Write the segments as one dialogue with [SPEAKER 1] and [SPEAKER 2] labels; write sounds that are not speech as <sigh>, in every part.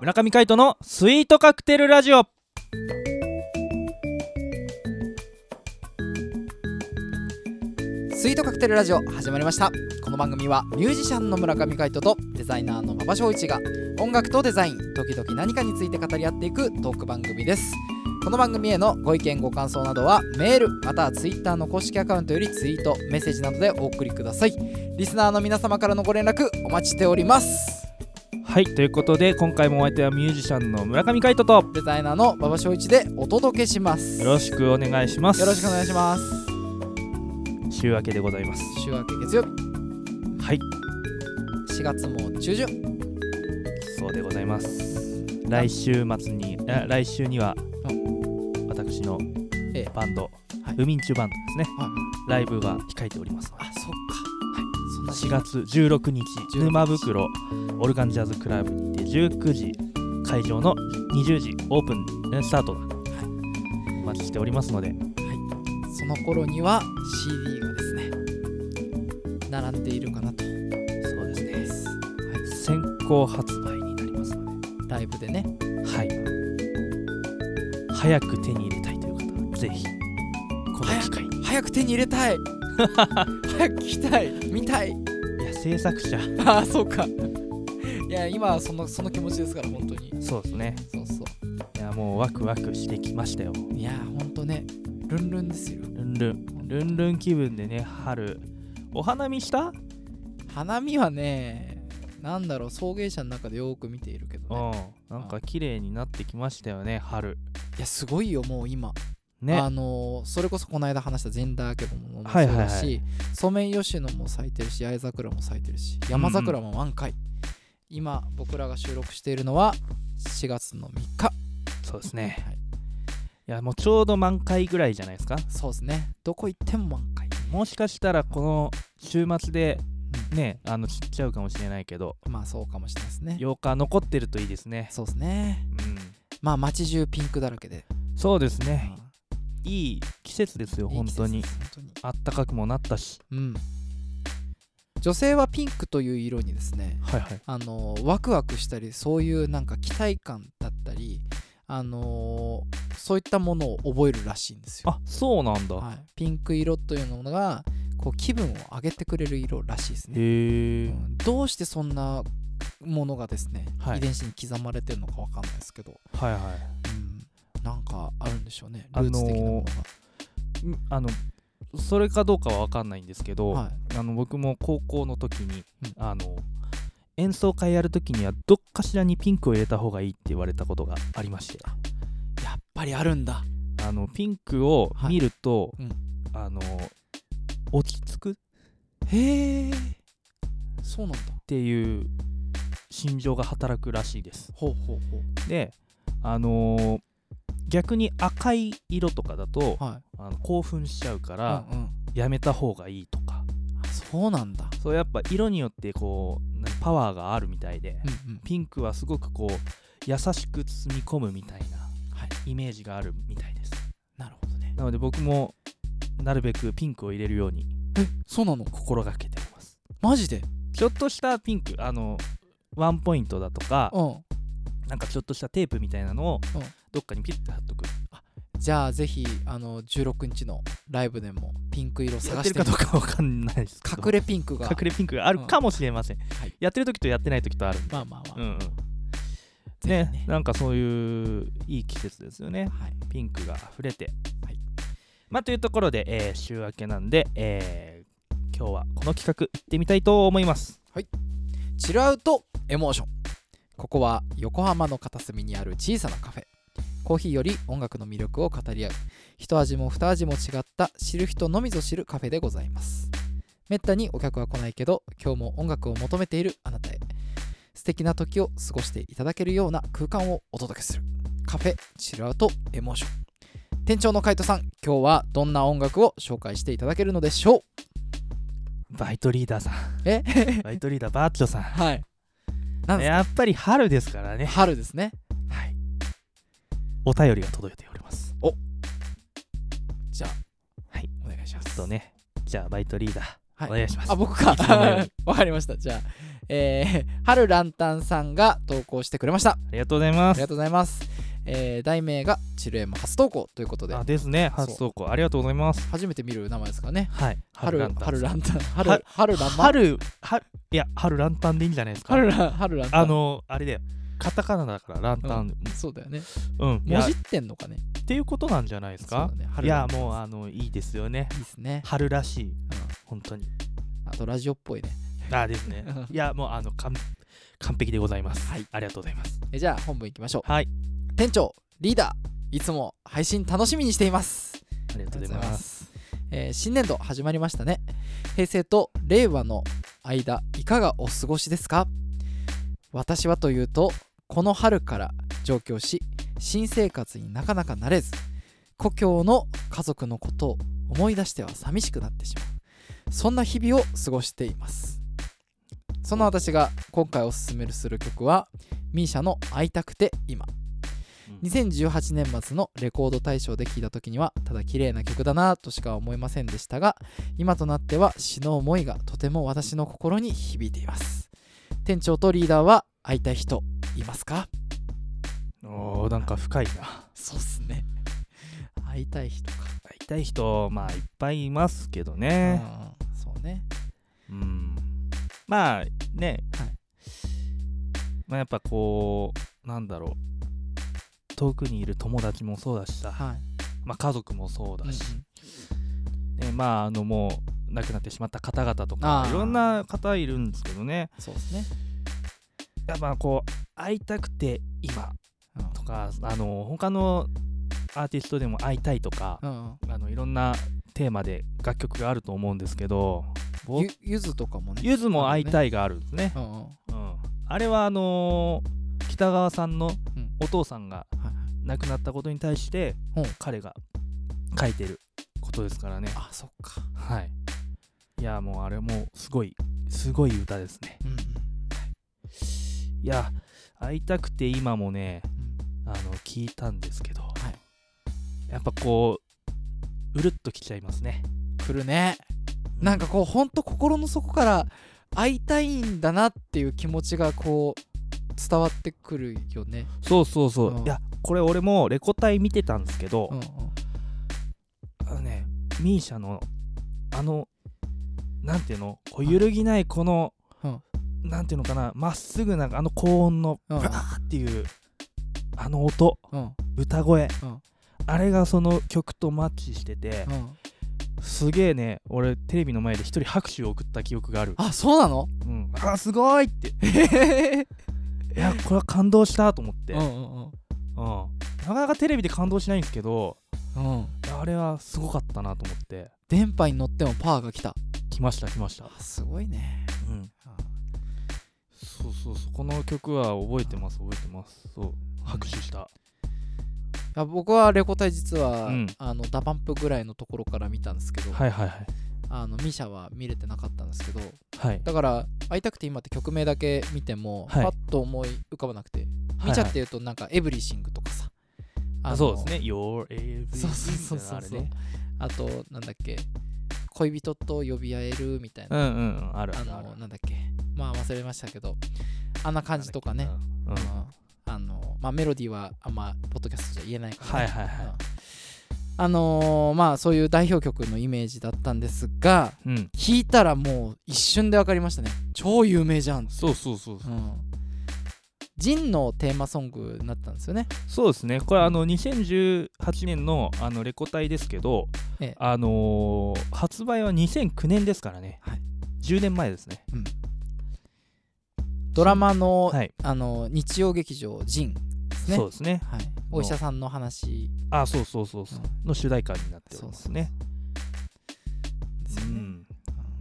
[SPEAKER 1] 村上海人のスイートカクテルラジオ
[SPEAKER 2] スイートカクテルラジオ始まりましたこの番組はミュージシャンの村上海人とデザイナーの馬場翔一が音楽とデザイン時々何かについて語り合っていくトーク番組ですこの番組へのご意見ご感想などはメールまたはツイッターの公式アカウントよりツイートメッセージなどでお送りくださいリスナーの皆様からのご連絡お待ちしております
[SPEAKER 1] はいということで今回もお相手はミュージシャンの村上海人と
[SPEAKER 2] デザイナーの馬場翔一でお届けします
[SPEAKER 1] よろしくお願いします
[SPEAKER 2] よろしくお願いします
[SPEAKER 1] す週明けでございます
[SPEAKER 2] 週明け月曜日
[SPEAKER 1] はい
[SPEAKER 2] 4月も中旬
[SPEAKER 1] そうでございます来週末にあ来週には
[SPEAKER 2] う
[SPEAKER 1] 私の
[SPEAKER 2] ええ
[SPEAKER 1] バンド、
[SPEAKER 2] はい
[SPEAKER 1] ウミンチュバンドですね、
[SPEAKER 2] はい
[SPEAKER 1] ライブが控えております
[SPEAKER 2] あそっかはいそんな
[SPEAKER 1] 4月16日
[SPEAKER 2] 日
[SPEAKER 1] 沼袋オルガンジャズクラブにて19時会場の20時オープンねスタートだ、お待ちしておりますので
[SPEAKER 2] その頃には CD がですね並んでいるかなと
[SPEAKER 1] そうですね、先行発売になりますので
[SPEAKER 2] ライブでね
[SPEAKER 1] はい早く手に入れたいという方はぜひこの機会に
[SPEAKER 2] 早く手に入れたい
[SPEAKER 1] <laughs>
[SPEAKER 2] 早く聞きたい見たい
[SPEAKER 1] いや制作者
[SPEAKER 2] ああそうかいや今はそのその気持ちですから本当に
[SPEAKER 1] そうですね
[SPEAKER 2] そうそう
[SPEAKER 1] いやもうワクワクしてきましたよ
[SPEAKER 2] いやー本当ねルンルンですよ
[SPEAKER 1] ルンルンルンルン気分でね春お花見した
[SPEAKER 2] 花見はねなんだろう送迎車の中でよく見ているけど
[SPEAKER 1] う
[SPEAKER 2] ね
[SPEAKER 1] んなんか綺麗になってきましたよね春
[SPEAKER 2] いやすごいよもう今
[SPEAKER 1] ね
[SPEAKER 2] あのーそれこそこの間話したジェンダーケボンもそ
[SPEAKER 1] は
[SPEAKER 2] う
[SPEAKER 1] いはいは
[SPEAKER 2] だ
[SPEAKER 1] い
[SPEAKER 2] し、ソメイヨシノも咲いてるし八重桜も咲いてるし山桜も満開、今僕らが収録しているのは4月の3日
[SPEAKER 1] そうですね、
[SPEAKER 2] はい
[SPEAKER 1] い、やもうちょうど満開ぐらいじゃないですか
[SPEAKER 2] そうですねどこ行っても満開
[SPEAKER 1] もしかしたらこの週末でねあの散っちゃうかもしれないけど
[SPEAKER 2] まあそうかもしれないですね
[SPEAKER 1] 8日残ってるといいですね
[SPEAKER 2] そうですね
[SPEAKER 1] うん
[SPEAKER 2] まあ街中ピンクだらけで、
[SPEAKER 1] そうです
[SPEAKER 2] うん
[SPEAKER 1] ねいい季節ですよ
[SPEAKER 2] いい
[SPEAKER 1] 本
[SPEAKER 2] 季
[SPEAKER 1] 当
[SPEAKER 2] 節
[SPEAKER 1] に
[SPEAKER 2] です本当に
[SPEAKER 1] あったかくもなったし
[SPEAKER 2] うん女性はピンクという色にですね
[SPEAKER 1] はいはい
[SPEAKER 2] あのワクワクしたりそういうなんか期待感だったりあのそういったものを覚えるらしいんですよ、
[SPEAKER 1] あそうなんだ、
[SPEAKER 2] はい、ピンク色というのがこう気分を上げてくれる色らしいですね、
[SPEAKER 1] へえ
[SPEAKER 2] うんどうしてそんなものがですね、
[SPEAKER 1] はい
[SPEAKER 2] 遺伝子に刻まれてるのかわかんないですけど、
[SPEAKER 1] はいは
[SPEAKER 2] うん、なんかあるんでしょうねルーツ的なものが、
[SPEAKER 1] いんあのそれかどうかは分かんないんですけど、
[SPEAKER 2] はい、
[SPEAKER 1] あの僕も高校の時に、
[SPEAKER 2] うん
[SPEAKER 1] あの演奏会やる時にはどっかしらにピンクを入れた方がいいって言われたことがありまして
[SPEAKER 2] やっぱりあるんだ
[SPEAKER 1] あのピンクを見ると、
[SPEAKER 2] はいうん
[SPEAKER 1] あの落ち着くっ
[SPEAKER 2] へえそうなんだ
[SPEAKER 1] ていう心情が働くらしいです
[SPEAKER 2] ほうほうほ
[SPEAKER 1] であの逆に赤い色とかだと、
[SPEAKER 2] うはい
[SPEAKER 1] あの興奮しちゃうから、
[SPEAKER 2] うんうん、
[SPEAKER 1] やめた方がいいとか
[SPEAKER 2] あそうなんだ
[SPEAKER 1] そうやっぱ色によってこうなパワーがあるみたいで、
[SPEAKER 2] うんうん
[SPEAKER 1] ピンクはすごくこう優しく包み込むみたいな
[SPEAKER 2] はい
[SPEAKER 1] イメージがあるみたいです
[SPEAKER 2] なるほどね
[SPEAKER 1] なので僕もなるべくピンクを入れるように
[SPEAKER 2] えそうなの
[SPEAKER 1] 心がけております
[SPEAKER 2] マジで
[SPEAKER 1] ちょっとしたピンクあのワンポイントだとか
[SPEAKER 2] うん
[SPEAKER 1] なんかちょっとしたテープみたいなのを
[SPEAKER 2] うん
[SPEAKER 1] どっかにピッて貼っとく
[SPEAKER 2] じゃあぜひあの16日のライブでもピンク色
[SPEAKER 1] や
[SPEAKER 2] 探
[SPEAKER 1] っ
[SPEAKER 2] してて
[SPEAKER 1] る
[SPEAKER 2] み
[SPEAKER 1] か
[SPEAKER 2] て
[SPEAKER 1] どうかわかんないですけど
[SPEAKER 2] 隠れピンクが
[SPEAKER 1] 隠れピンクがあるかもしれません、
[SPEAKER 2] はい
[SPEAKER 1] やってる時とやってない時とあるんで
[SPEAKER 2] まあまあまあ、
[SPEAKER 1] うんうん
[SPEAKER 2] ひ
[SPEAKER 1] ね
[SPEAKER 2] ね
[SPEAKER 1] なんかそういういい季節ですよね
[SPEAKER 2] はい、
[SPEAKER 1] ピンクが溢れて、
[SPEAKER 2] はい
[SPEAKER 1] まあというところで、えー週明けなんで、えー今日はこの企画行ってみたいと思います
[SPEAKER 2] チルアウトエモーションここは横浜の片隅にある小さなカフェコーヒーより音楽の魅力を語り合う一味も二味も違った知る人のみぞ知るカフェでございますめったにお客は来ないけど今日も音楽を求めているあなたへ素敵な時を過ごしていただけるような空間をお届けするカフェチルアウトエモーション店長のカイトさん今日はどんな音楽を紹介していただけるのでしょう
[SPEAKER 1] バイトリーダーさん
[SPEAKER 2] え
[SPEAKER 1] <laughs> バイトリーダーバーチョさん
[SPEAKER 2] はいなんです
[SPEAKER 1] やっぱり春ですからね
[SPEAKER 2] 春ですね
[SPEAKER 1] はいお便りが届いております
[SPEAKER 2] じゃあ、
[SPEAKER 1] はい、
[SPEAKER 2] お願いしま
[SPEAKER 1] ちょっ
[SPEAKER 2] す。
[SPEAKER 1] とねじゃあバイトリーダー
[SPEAKER 2] はい
[SPEAKER 1] お願いします
[SPEAKER 2] あ僕か
[SPEAKER 1] <laughs> いつものように
[SPEAKER 2] わかりましたじゃあえー、 <laughs> 春ランタンさんが投稿してくれました
[SPEAKER 1] ありがとうございま
[SPEAKER 2] あり
[SPEAKER 1] す
[SPEAKER 2] がとうございます、えー、題名がチルエモ初投稿ということで
[SPEAKER 1] あですね
[SPEAKER 2] そう
[SPEAKER 1] 初投稿ありがとうございます
[SPEAKER 2] 初めて見る名前ですからね
[SPEAKER 1] はい
[SPEAKER 2] 春
[SPEAKER 1] ンタン
[SPEAKER 2] 春ランタン
[SPEAKER 1] は
[SPEAKER 2] 春春ランマ
[SPEAKER 1] 春春いや春ランタンでいいんじゃないですか
[SPEAKER 2] 春ラン春ランタン
[SPEAKER 1] あのあれだよカタカナだからランタン
[SPEAKER 2] そうだよね
[SPEAKER 1] うん、いや
[SPEAKER 2] 文字ってんのかね
[SPEAKER 1] っていうことなんじゃないですか
[SPEAKER 2] そうだね
[SPEAKER 1] い
[SPEAKER 2] 春ラ
[SPEAKER 1] や
[SPEAKER 2] ンタン
[SPEAKER 1] もうあのいいですよね
[SPEAKER 2] いいですね
[SPEAKER 1] 春らしい
[SPEAKER 2] うん
[SPEAKER 1] 本当に
[SPEAKER 2] あとラジオっぽいね
[SPEAKER 1] あですねいやもうあの完完璧でございます、
[SPEAKER 2] はい
[SPEAKER 1] ありがとうございます
[SPEAKER 2] えじゃあ本文いきましょう
[SPEAKER 1] はい
[SPEAKER 2] 店長リーダーいつも配信楽しみにしています
[SPEAKER 1] ありが
[SPEAKER 2] あ
[SPEAKER 1] とう
[SPEAKER 2] り
[SPEAKER 1] ご
[SPEAKER 2] が
[SPEAKER 1] ざいう
[SPEAKER 2] とござい
[SPEAKER 1] ま
[SPEAKER 2] ますす、えー新年度始まりましたね平成と令和の間いかがお過ごしですか私はというとこの春から上京し新生活になかなか慣れず故郷の家族のことを思い出しては寂しくなってしまうそんな日々を過ごしていますそんな私が今回おすすめする曲は MISIA の「会いたくて今」
[SPEAKER 1] うん
[SPEAKER 2] 2018年末のレコード大賞で聴いた時にはただ綺麗な曲だなとしか思いませんでしたが今となっては詩の思いがとても私の心に響いています店長とリーダーは会いたい人いますか
[SPEAKER 1] おーなんか深いな
[SPEAKER 2] そうっすね会いたい人か、
[SPEAKER 1] 会いたい人まあいっぱいいますけどね
[SPEAKER 2] うんそうね
[SPEAKER 1] うん、まあね、
[SPEAKER 2] はい
[SPEAKER 1] まあやっぱこうなんだろう遠くにいる友達もそうだしさ、
[SPEAKER 2] はい、
[SPEAKER 1] まあ、家族もそう
[SPEAKER 2] うんう
[SPEAKER 1] だ
[SPEAKER 2] ん
[SPEAKER 1] し、ねまああのもう亡くなってしまった方々とか
[SPEAKER 2] あー
[SPEAKER 1] いろんな方いるんですけどね
[SPEAKER 2] そうですね、
[SPEAKER 1] やっぱこう会いたくて今
[SPEAKER 2] うん
[SPEAKER 1] とかあの他のアーティストでも会いたいとか、
[SPEAKER 2] うんうん
[SPEAKER 1] あのいろんなテーマで楽曲があると思うんですけど僕
[SPEAKER 2] ゆゆずとかもね
[SPEAKER 1] ゆずも会い
[SPEAKER 2] い、
[SPEAKER 1] たいがあるんですね
[SPEAKER 2] う。んうんは
[SPEAKER 1] うん、あれはあのー北川さんの
[SPEAKER 2] うん
[SPEAKER 1] お父さんが
[SPEAKER 2] いはい
[SPEAKER 1] 亡くなったことに対して、
[SPEAKER 2] うん
[SPEAKER 1] 彼が書いてることですからね。
[SPEAKER 2] あそっか、
[SPEAKER 1] はい、いやもうあれもうすごいすごい歌ですね。
[SPEAKER 2] うんうん
[SPEAKER 1] いや会いたくて今もね
[SPEAKER 2] うん
[SPEAKER 1] あの聞いたんですけど、
[SPEAKER 2] い
[SPEAKER 1] やっぱこううるっときちゃいますね。
[SPEAKER 2] 来るねなんかこうほんと心の底から会いたいんだなっていう気持ちがこう伝わってくるよね、
[SPEAKER 1] そうそうそう、
[SPEAKER 2] うん
[SPEAKER 1] いやこれ俺もレコ大見てたんですけど、
[SPEAKER 2] うんうん、
[SPEAKER 1] あのねミーシャのあのなんていうのこう揺るぎないこの、
[SPEAKER 2] うん
[SPEAKER 1] なんていうのかなまっすぐなあの高音のブ
[SPEAKER 2] うん
[SPEAKER 1] ワーっていう、あの音
[SPEAKER 2] うん
[SPEAKER 1] 歌声、
[SPEAKER 2] うん
[SPEAKER 1] あれがその曲とマッチしてて、
[SPEAKER 2] うん、
[SPEAKER 1] すげえね俺テレビの前で一人拍手を送った記憶がある、
[SPEAKER 2] あそうなの
[SPEAKER 1] うん、あすごいってい <laughs>
[SPEAKER 2] へ
[SPEAKER 1] やこれは感動したと思って、
[SPEAKER 2] うんうん
[SPEAKER 1] うんなかなかテレビで感動しないんですけど
[SPEAKER 2] うんうん
[SPEAKER 1] あれはすごかったなと思って
[SPEAKER 2] 電波に乗ってもパワーが来た
[SPEAKER 1] 来ました来ました、
[SPEAKER 2] あすごいね
[SPEAKER 1] うん、
[SPEAKER 2] あ
[SPEAKER 1] そうそうそうこの曲は覚えてます覚えてますそう拍手した
[SPEAKER 2] いや僕はレコ大実は、
[SPEAKER 1] うん
[SPEAKER 2] あのダパンプぐらいのところから見たんですけど、
[SPEAKER 1] はいはいはい
[SPEAKER 2] あのミシャは見れてなかったんですけど
[SPEAKER 1] はい
[SPEAKER 2] だから「会いたくて今」って曲名だけ見ても、
[SPEAKER 1] はい
[SPEAKER 2] パッと思い浮かばなくて見ちゃっていうとなんか「エブリシング」とかさ
[SPEAKER 1] あ
[SPEAKER 2] の
[SPEAKER 1] そうですね Your everything
[SPEAKER 2] そうそうそうそ
[SPEAKER 1] みたいなの
[SPEAKER 2] う
[SPEAKER 1] あれね
[SPEAKER 2] あとなんだっけ恋人と呼び合えるみたいな、
[SPEAKER 1] うんうんうんある
[SPEAKER 2] あ
[SPEAKER 1] あるある
[SPEAKER 2] のなんだっけまあ忘れましたけどあんな感じとかね、
[SPEAKER 1] うんうん
[SPEAKER 2] うんあのまあメロディーはあんまポッドキャストじゃ言えないか
[SPEAKER 1] は
[SPEAKER 2] ら
[SPEAKER 1] い
[SPEAKER 2] ね、
[SPEAKER 1] はい
[SPEAKER 2] うん
[SPEAKER 1] は
[SPEAKER 2] あのーまあそういう代表曲のイメージだったんですが
[SPEAKER 1] いうん
[SPEAKER 2] 弾いたらもう一瞬で分かりましたね超有名じゃん
[SPEAKER 1] そうそうそう
[SPEAKER 2] うん、ジンのテーマソングになったんですよね。
[SPEAKER 1] そうですねこれあの2018年のあのレコ大ですけど
[SPEAKER 2] ええ
[SPEAKER 1] あのー発売は2009年ですからね
[SPEAKER 2] はい
[SPEAKER 1] 10年前ですね
[SPEAKER 2] ドラマの,、
[SPEAKER 1] はい
[SPEAKER 2] あの日曜劇場「ジン」ですね。
[SPEAKER 1] そうですね
[SPEAKER 2] はい、お医者さんの話
[SPEAKER 1] あそうそうそうそう
[SPEAKER 2] う
[SPEAKER 1] の主題歌になっておりますね
[SPEAKER 2] ですよ
[SPEAKER 1] う
[SPEAKER 2] ね。
[SPEAKER 1] ん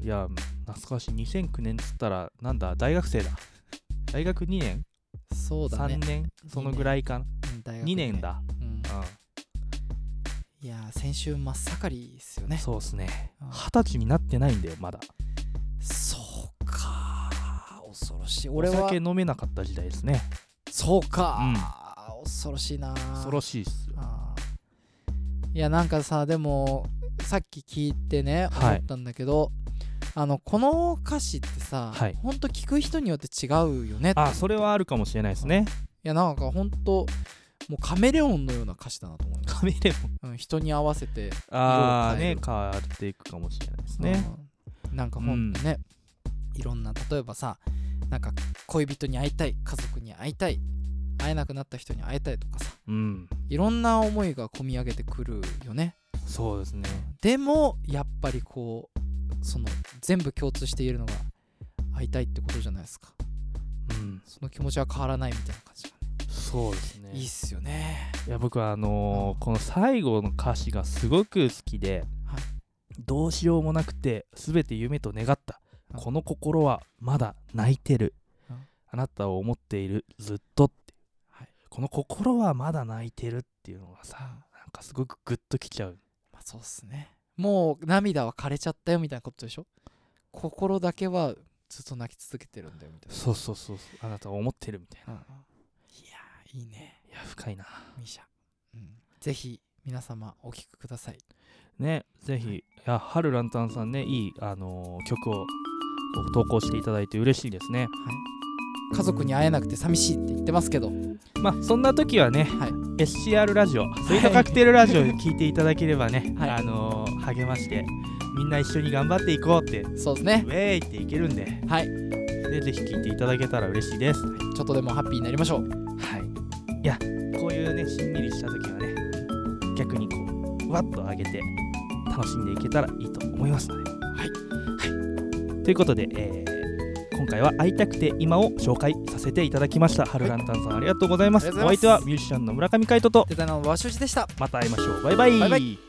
[SPEAKER 1] いや懐かしい2009年っつったらなんだ大学生だ大学2年、
[SPEAKER 2] そうだね
[SPEAKER 1] 3。年そのぐらいかな
[SPEAKER 2] うん大学ね
[SPEAKER 1] 2年。だ、
[SPEAKER 2] うん
[SPEAKER 1] う
[SPEAKER 2] いやー先週真っ盛りですよ
[SPEAKER 1] ん、
[SPEAKER 2] ね。
[SPEAKER 1] そうっすね
[SPEAKER 2] うん
[SPEAKER 1] 二十歳になってないんだよまだ
[SPEAKER 2] そうかー恐ろしい。俺
[SPEAKER 1] お
[SPEAKER 2] は
[SPEAKER 1] 酒飲めなかった時代ですね
[SPEAKER 2] そうかー、恐ろしいなー。
[SPEAKER 1] 恐ろしいっすよ
[SPEAKER 2] あーいやなんかさでもさっき聞いてね
[SPEAKER 1] はい
[SPEAKER 2] 思ったんだけど、あのこの歌詞ってさ、
[SPEAKER 1] はい
[SPEAKER 2] ほんと聞く人によって違うよねってい
[SPEAKER 1] あそれはあるかもしれないですね
[SPEAKER 2] やなんかほんともうカメレオンのような歌詞だなと思います、
[SPEAKER 1] カメレオン
[SPEAKER 2] うん、人に合わせて
[SPEAKER 1] ああ
[SPEAKER 2] 色を変え
[SPEAKER 1] ね
[SPEAKER 2] る
[SPEAKER 1] 変わっていくかもしれないですね、
[SPEAKER 2] うんなんかほんとね、いろんな例えばさなんか恋人に会いたい家族に会いたい会えなくなった人に会いたいとかさ
[SPEAKER 1] うん、
[SPEAKER 2] いろんな思いが込み上げてくるよね
[SPEAKER 1] そうですね
[SPEAKER 2] でもやっぱりこうその全部共通して言えるのが会いたいってことじゃないですか
[SPEAKER 1] うん
[SPEAKER 2] その気持ちは変わらないみたいな感じがね
[SPEAKER 1] そうですね
[SPEAKER 2] いいっすよね
[SPEAKER 1] いや僕はあの
[SPEAKER 2] うん
[SPEAKER 1] ーこの最後の歌詞がすごく好きで、
[SPEAKER 2] はい
[SPEAKER 1] どうしようもなくて全て夢と願った、
[SPEAKER 2] うん
[SPEAKER 1] この心はまだ泣いてる、
[SPEAKER 2] うん
[SPEAKER 1] あなたを思っているずっとって、
[SPEAKER 2] はい
[SPEAKER 1] この心はまだ泣いてるっていうのがさ
[SPEAKER 2] うん
[SPEAKER 1] なんかすごくグッときちゃう
[SPEAKER 2] まあ、そうっすねもう涙は枯れちゃったよみたいなことでしょ心だけはずっと泣き続けてるんだよみたいな
[SPEAKER 1] そうそうそうそうあなたを思ってるみたい
[SPEAKER 2] うんうんいやーいいね
[SPEAKER 1] ないや深いな
[SPEAKER 2] ミシャ、うん、ぜひ皆様お聴きください
[SPEAKER 1] ねぜひいや春ランタンさんねいい、あのー曲をこう投稿していただいて嬉しいですね
[SPEAKER 2] 家族に会えなくて寂しいって言ってますけど
[SPEAKER 1] まあそんな時はね、
[SPEAKER 2] はい
[SPEAKER 1] SCR ラジオスイートカクテルラジオ聞いていただければね、
[SPEAKER 2] はい
[SPEAKER 1] あのー励ましてみんな一緒に頑張っていこうってウ
[SPEAKER 2] そうですね
[SPEAKER 1] ェーイっていけるんで
[SPEAKER 2] はい
[SPEAKER 1] でぜひ聞いていただけたら嬉しいですは
[SPEAKER 2] ちょっとでもハッピーになりましょう
[SPEAKER 1] いいやこういうねしんみりした時はね逆にこうわっと上げて楽しんでいけたらいいと思いますのではい、はい、ということで、えー今回は「会いたくて今」を紹介させていただきました春ランタンさんありがとうございます
[SPEAKER 2] ありが
[SPEAKER 1] お
[SPEAKER 2] とうご
[SPEAKER 1] 相手
[SPEAKER 2] ざいます
[SPEAKER 1] はミュージシャンの村上海人と
[SPEAKER 2] デザイナーの和修司でした
[SPEAKER 1] また会いましょうバイバイ
[SPEAKER 2] バイバイ